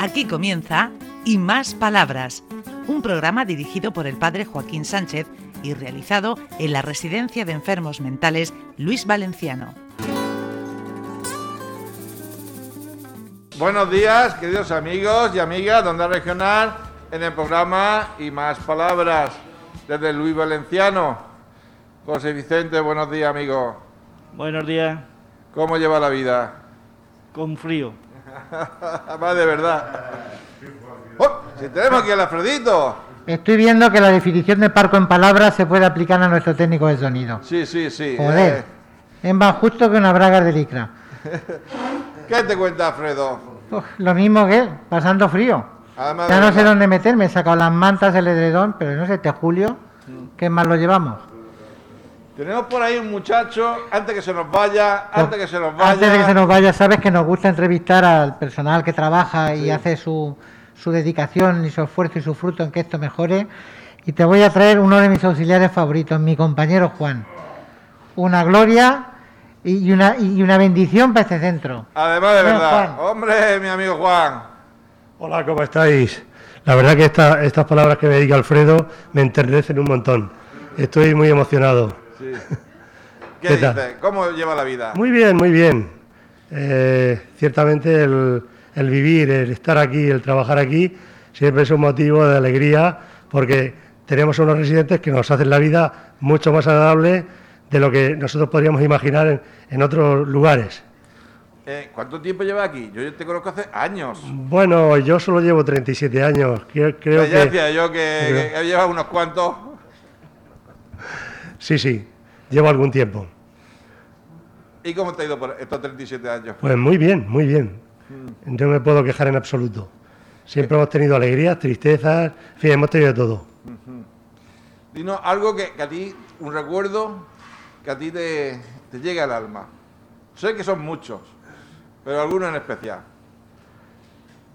Aquí comienza Y Más Palabras, un programa dirigido por el padre Joaquín Sánchez y realizado en la Residencia de Enfermos Mentales Luis Valenciano. Buenos días, queridos amigos y amigas de Onda Regional, en el programa Y Más Palabras, desde Luis Valenciano. José Vicente, buenos días, amigo. Buenos días, ¿Cómo lleva la vida? con frío. Va de verdad. ¡Oh! Si tenemos aquí al Alfredito. Estoy viendo que la definición de parco en palabras se puede aplicar a nuestro técnico de sonido. Sí, sí, sí. Joder, es más justo que una braga de licra. Eh, ¿Qué te cuenta, Alfredo? Uf, lo mismo que él, pasando frío. Además Ya de no sé verdad. dónde meterme, he sacado las mantas, el edredón, pero no sé, este julio, Mm. ¿qué más lo llevamos? Tenemos por ahí un muchacho, antes que se nos vaya, antes que se nos vaya. Pues, Antes de que se nos vaya, sabes que nos gusta entrevistar al personal que trabaja y hace su, su dedicación y su esfuerzo y su fruto en que esto mejore. Y te voy a traer uno de mis auxiliares favoritos, mi compañero Juan. Una gloria y una, y una bendición para este centro. Además de Bueno, verdad. Juan. Hombre, mi amigo Juan. Hola, ¿cómo estáis? La verdad que esta- estas palabras que me dedica Alfredo me enternecen un montón. Estoy muy emocionado. Sí. ¿Qué, ¿Qué tal? dices? ¿Cómo lleva la vida? Muy bien, muy bien. Eh, ciertamente el, el vivir, el estar aquí, el trabajar aquí, siempre es un motivo de alegría porque tenemos unos residentes que nos hacen la vida mucho más agradable de lo que nosotros podríamos imaginar en- en otros lugares. Eh, ¿Cuánto tiempo lleva aquí? Yo te conozco hace años. Bueno, yo solo llevo 37 años. Creo, Mm, creo Pero ya que... decía yo que, que lleva unos cuantos. Sí, sí, llevo algún tiempo. ¿Y cómo te ha ido por estos 37 años? Pues muy bien, muy bien. Yo no me puedo quejar en absoluto. Siempre hemos tenido alegrías, tristezas, en fin, hemos tenido de todo. Dinos algo que, que a ti, un recuerdo que a ti te, te llega al alma. Sé que son muchos, pero alguno en especial.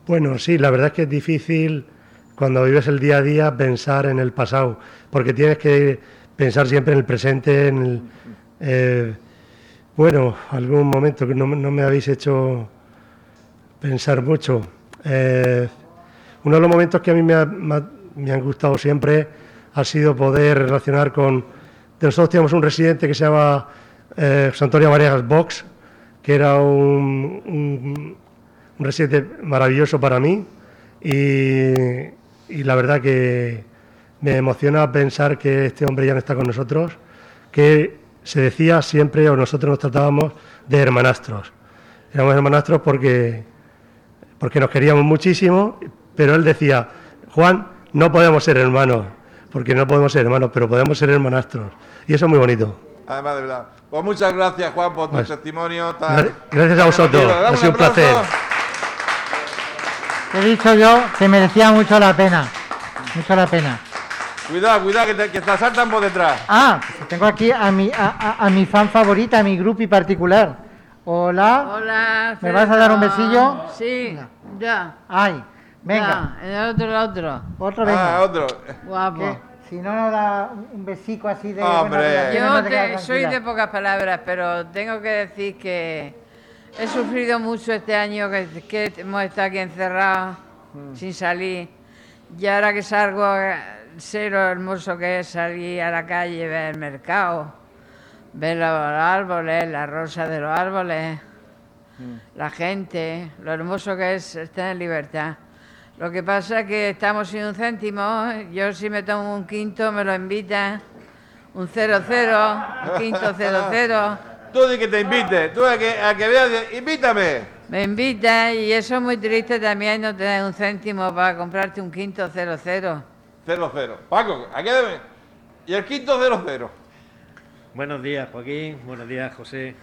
Bueno, sí, la verdad es que es difícil cuando vives el día a día pensar en el pasado, porque tienes que pensar siempre en el presente, en el... eh, bueno, algún momento que no, me- no me habéis hecho pensar mucho. Eh, uno de los momentos que a mí me, ha- me ha- me han gustado siempre ha sido poder relacionar con... de Nosotros teníamos un residente que se llama eh, José Antonio Varegas Box, que era un- un, un residente maravilloso para mí y, y la verdad que me emociona pensar que este hombre ya no está con nosotros, que se decía siempre o nosotros nos tratábamos de hermanastros. Éramos hermanastros porque, porque nos queríamos muchísimo, pero él decía, Juan, no podemos ser hermanos, porque no podemos ser hermanos, pero podemos ser hermanastros. Y eso es muy bonito. Además, de verdad. Pues muchas gracias, Juan, por tu Pues, testimonio. tan- gracias a vosotros. emotivo. Dame Ha sido un aplauso. placer. Te he dicho yo que merecía mucho la pena. Mucho la pena. Cuidado, cuidado, que te, que te asaltan por detrás. Ah, tengo aquí a mi, a, a- a mi fan favorita, a mi grupi particular. Hola. Hola. ¿Me vas a dar un Fernando. besillo? Sí. Ya. Ay, venga. ya. El otro, el otro. Otro venga. Ah, otro. Guapo. Que si no nos da un un besico así de... Hombre. buenos días, Yo no Yo te te- queda soy tranquila. de pocas palabras, pero tengo que decir que he sufrido mucho este año que, que hemos estado aquí encerrados Mm. sin salir. Y ahora que salgo, eh, sé lo hermoso que es salir a la calle, ver el mercado, ver los árboles, las rosas de los árboles, Mm. la gente, lo hermoso que es estar en libertad. Lo que pasa es que estamos sin un céntimo, yo si me tomo un quinto me lo invitan, un cero cero, un quinto cero cero, Tú di que te invite, tú a que, a que veas, di- invítame. me invitan y eso es muy triste también no tener un céntimo para comprarte un quinto cero cero. 0-0. Paco, ¿a qué debe? Y el quinto 0-0. Buenos días, Joaquín. Buenos días, José.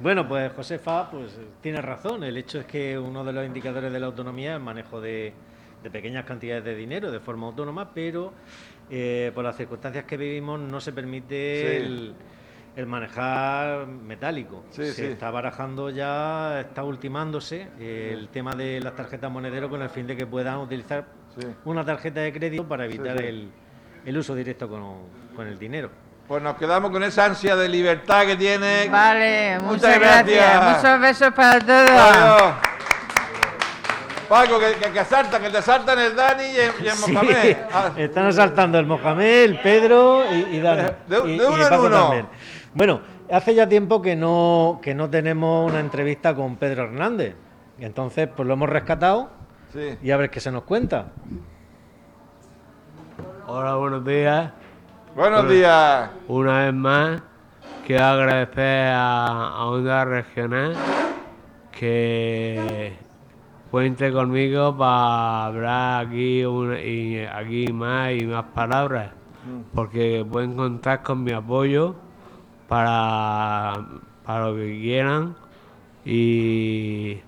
Bueno, pues José Fa, pues eh, tiene razón. El hecho es que uno de los indicadores de la autonomía es el manejo de, de pequeñas cantidades de dinero de forma autónoma, pero eh, por las circunstancias que vivimos no se permite Sí. el, el manejar metálico. Sí, se sí. está barajando ya, está ultimándose eh, el tema de las tarjetas monedero con el fin de que puedan utilizar Sí. una tarjeta de crédito para evitar sí. El, el uso directo con- con el dinero. Pues nos quedamos con esa ansia de libertad que tiene. Vale, Muchas muchas, gracias. gracias. muchos besos para todos. Adiós. Paco, que, que, que asaltan, que te asaltan el Dani y el, y el Sí, Mohamed. Ah, están asaltando el Mohamed, el Pedro y, y Dani. De- de y- y uno en Paco uno. también. Bueno, hace ya tiempo que no, que no tenemos una entrevista con Pedro Hernández. Y Entonces, pues lo hemos rescatado sí. y a ver qué se nos cuenta. Hola, buenos días. Buenos días. Una vez más, quiero agradecer a, a Onda Regional que cuente conmigo para hablar aquí, un- y aquí más y más palabras, porque pueden contar con mi apoyo para, para lo que quieran y,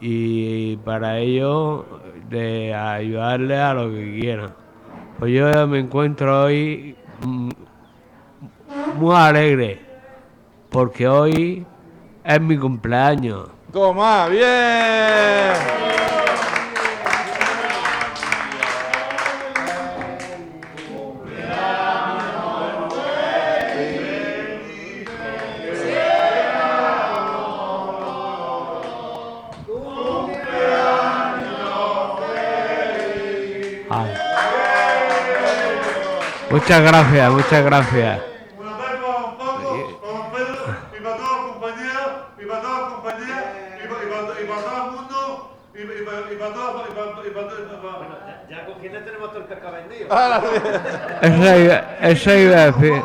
y para ello de ayudarle a lo que quieran. Pues yo me encuentro hoy mm, muy alegre porque hoy es mi cumpleaños. Toma, bien. Ay. Muchas gracias, muchas gracias. Nos vemos, don Paco, don Pedro, y para toda la compañía, y para toda la compañía, y para, y para, y para todo el mundo, y, y para, y para toda, y para, y para, y para- Ya con quién tenemos todo el vendido. Eso iba, eso iba a decir.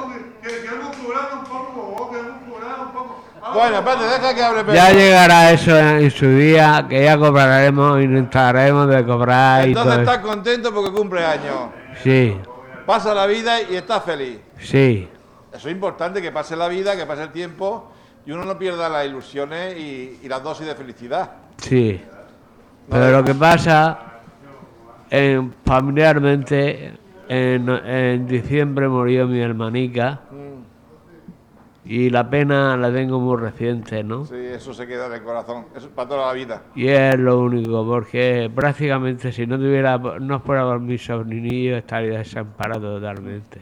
que- queremos cobrar un poco, oh, queremos cobrar un poco. Vamos, Bueno, espérate, deja que hable Pedro. Ya llegará eso en su día, que ya cobraremos, intentaremos de cobrar y Entonces todo. eso. estás contento porque cumple años. Sí, Pasa la vida y estás feliz. sí, Eso es importante, que pase la vida, que pase el tiempo y uno no pierda las ilusiones y, y las dosis de felicidad. sí. Pero lo que pasa, en- familiarmente, en, en diciembre murió mi hermanica y la pena la tengo muy reciente, ¿no? Sí, eso se queda en el corazón. Eso es para toda la vida. Y es lo único, porque prácticamente si no tuviera, no fuera por mi sobrinillo estaría desamparado totalmente.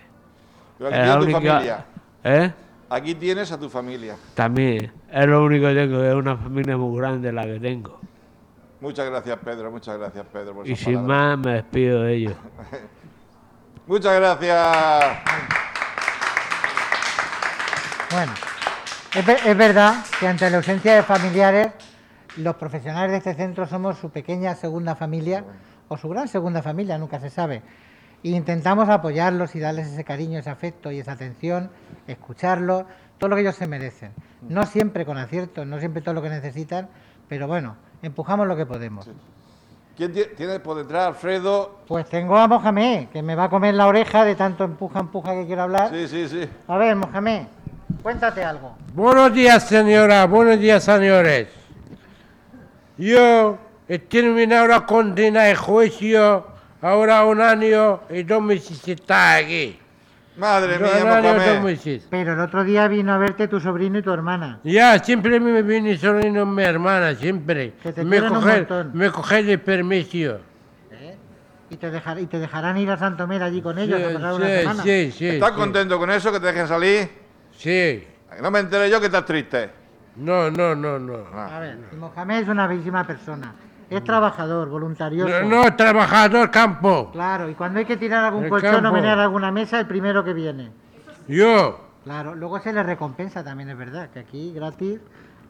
Pero aquí Es la tienes tu única- familia. ¿Eh? Aquí tienes a tu familia. También, es lo único que tengo, es una familia muy grande la que tengo. Muchas gracias, Pedro. Muchas gracias, Pedro. Por Y esas sin Pues palabras. más me despido de ellos. Muchas gracias. Bueno, es, ve- es verdad que ante la ausencia de familiares, los profesionales de este centro somos su pequeña segunda familia o su gran segunda familia, nunca se sabe. E intentamos apoyarlos y darles ese cariño, ese afecto y esa atención, escucharlos, todo lo que ellos se merecen. No siempre con acierto, no siempre todo lo que necesitan, pero bueno, empujamos lo que podemos. ¿Quién tie- tiene por detrás, Alfredo? Pues tengo a Mohamed, que me va a comer la oreja de tanto empuja, empuja que quiero ¿Ah? hablar. Sí, sí, sí. A ver, Mohamed, cuéntate algo. Buenos días, señora. Buenos días, señores. Yo he terminado la condena de juicio ahora un año y dos meses que está aquí. Madre Un mía, pues, año y dos Mohamed. meses. Pero el otro día vino a verte tu sobrino y tu hermana. Ya, siempre me viene sonriendo mi hermana, siempre. Que te me quieren un coge, montón. me coge de permiso. Y te, dejar, y te dejarán ir a Santomera allí con ellos a pasar una Sí, semana. sí, sí, sí. ¿Estás sí. contento con eso? ¿Que te dejen salir? Sí. A que No me enteré yo que estás triste. No, no, no, no. A ver, Mohamed es una bellísima persona. Es trabajador, voluntarioso. No, no, trabajador campo. Claro, y cuando hay que tirar algún El colchón o campo. menear alguna mesa, el primero que viene. Yo. Claro, luego se le recompensa también, es verdad, que aquí, gratis,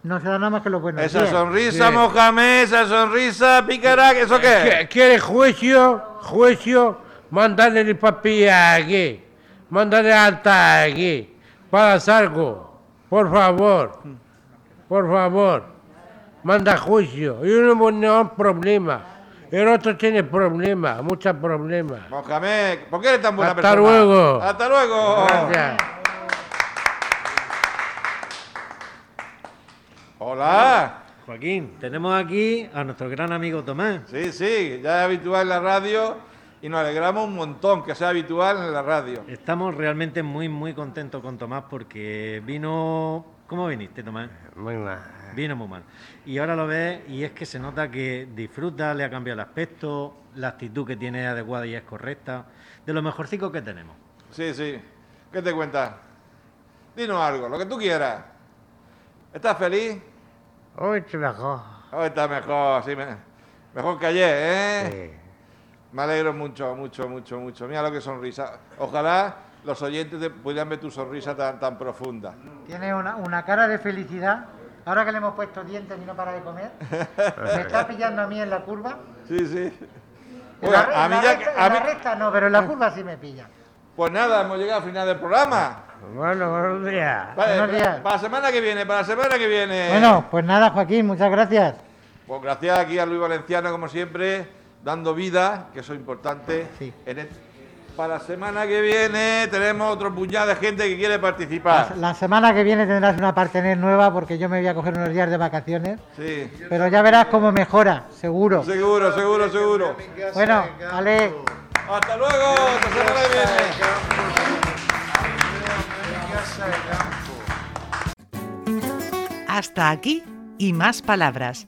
no se da nada más que los buenos Esa días. sonrisa, Sí. Mohamed, esa sonrisa, picará, ¿eso qué? Que- ¿Quiere juicio? Juicio, mandale el papi aquí. Mandale alta aquí. Para algo. Por favor. Por favor. Manda juicio. Y uno no hay problema. El otro tiene problemas, muchos problemas. Mohamed, ¿por qué eres tan buena Hasta persona? luego. Hasta luego. Gracias. Hola. Joaquín, tenemos aquí a nuestro gran amigo Tomás. Sí, sí, ya es habitual en la radio y nos alegramos un montón que sea habitual en la radio. Estamos realmente muy, muy contentos con Tomás porque vino... ¿Cómo viniste, Tomás? Vino muy mal. Y ahora lo ves y es que se nota que disfruta, le ha cambiado el aspecto, la actitud que tiene es adecuada y es correcta. De lo mejorcico que tenemos. Sí, sí. ¿Qué te cuentas? Dinos algo, lo que tú quieras. ¿Estás feliz? Hoy trabajo. Ahora está mejor, sí. me- Mejor que ayer, ¿eh? Me alegro mucho, mucho, mucho, mucho. Mira lo que sonrisa. Ojalá los oyentes te- pudieran ver tu sonrisa tan, tan profunda. Tiene una, una cara de felicidad. Ahora que le hemos puesto dientes y no para de comer, me está pillando a mí en la curva. Sí, sí. En Bueno, la, a mí en la ya que- recta, a en la mí- recta no, pero en la curva sí me pilla. Pues nada, hemos llegado al final del programa. Bueno, buenos días. Vale, Buenos días. para la semana que viene, para la semana que viene. Bueno, pues nada, Joaquín, muchas gracias. Pues gracias aquí a Luis Valenciano, como siempre, dando vida, que eso es importante. Sí. En el- Para la semana que viene tenemos otro puñado de gente que quiere La, participar. la semana que viene tendrás una partener nueva porque yo me voy a coger unos días de vacaciones, Sí. pero ya verás cómo mejora, seguro. Seguro, seguro, seguro. Bueno, Ale, Hasta luego, hasta la semana que viene. Hasta aquí y más palabras.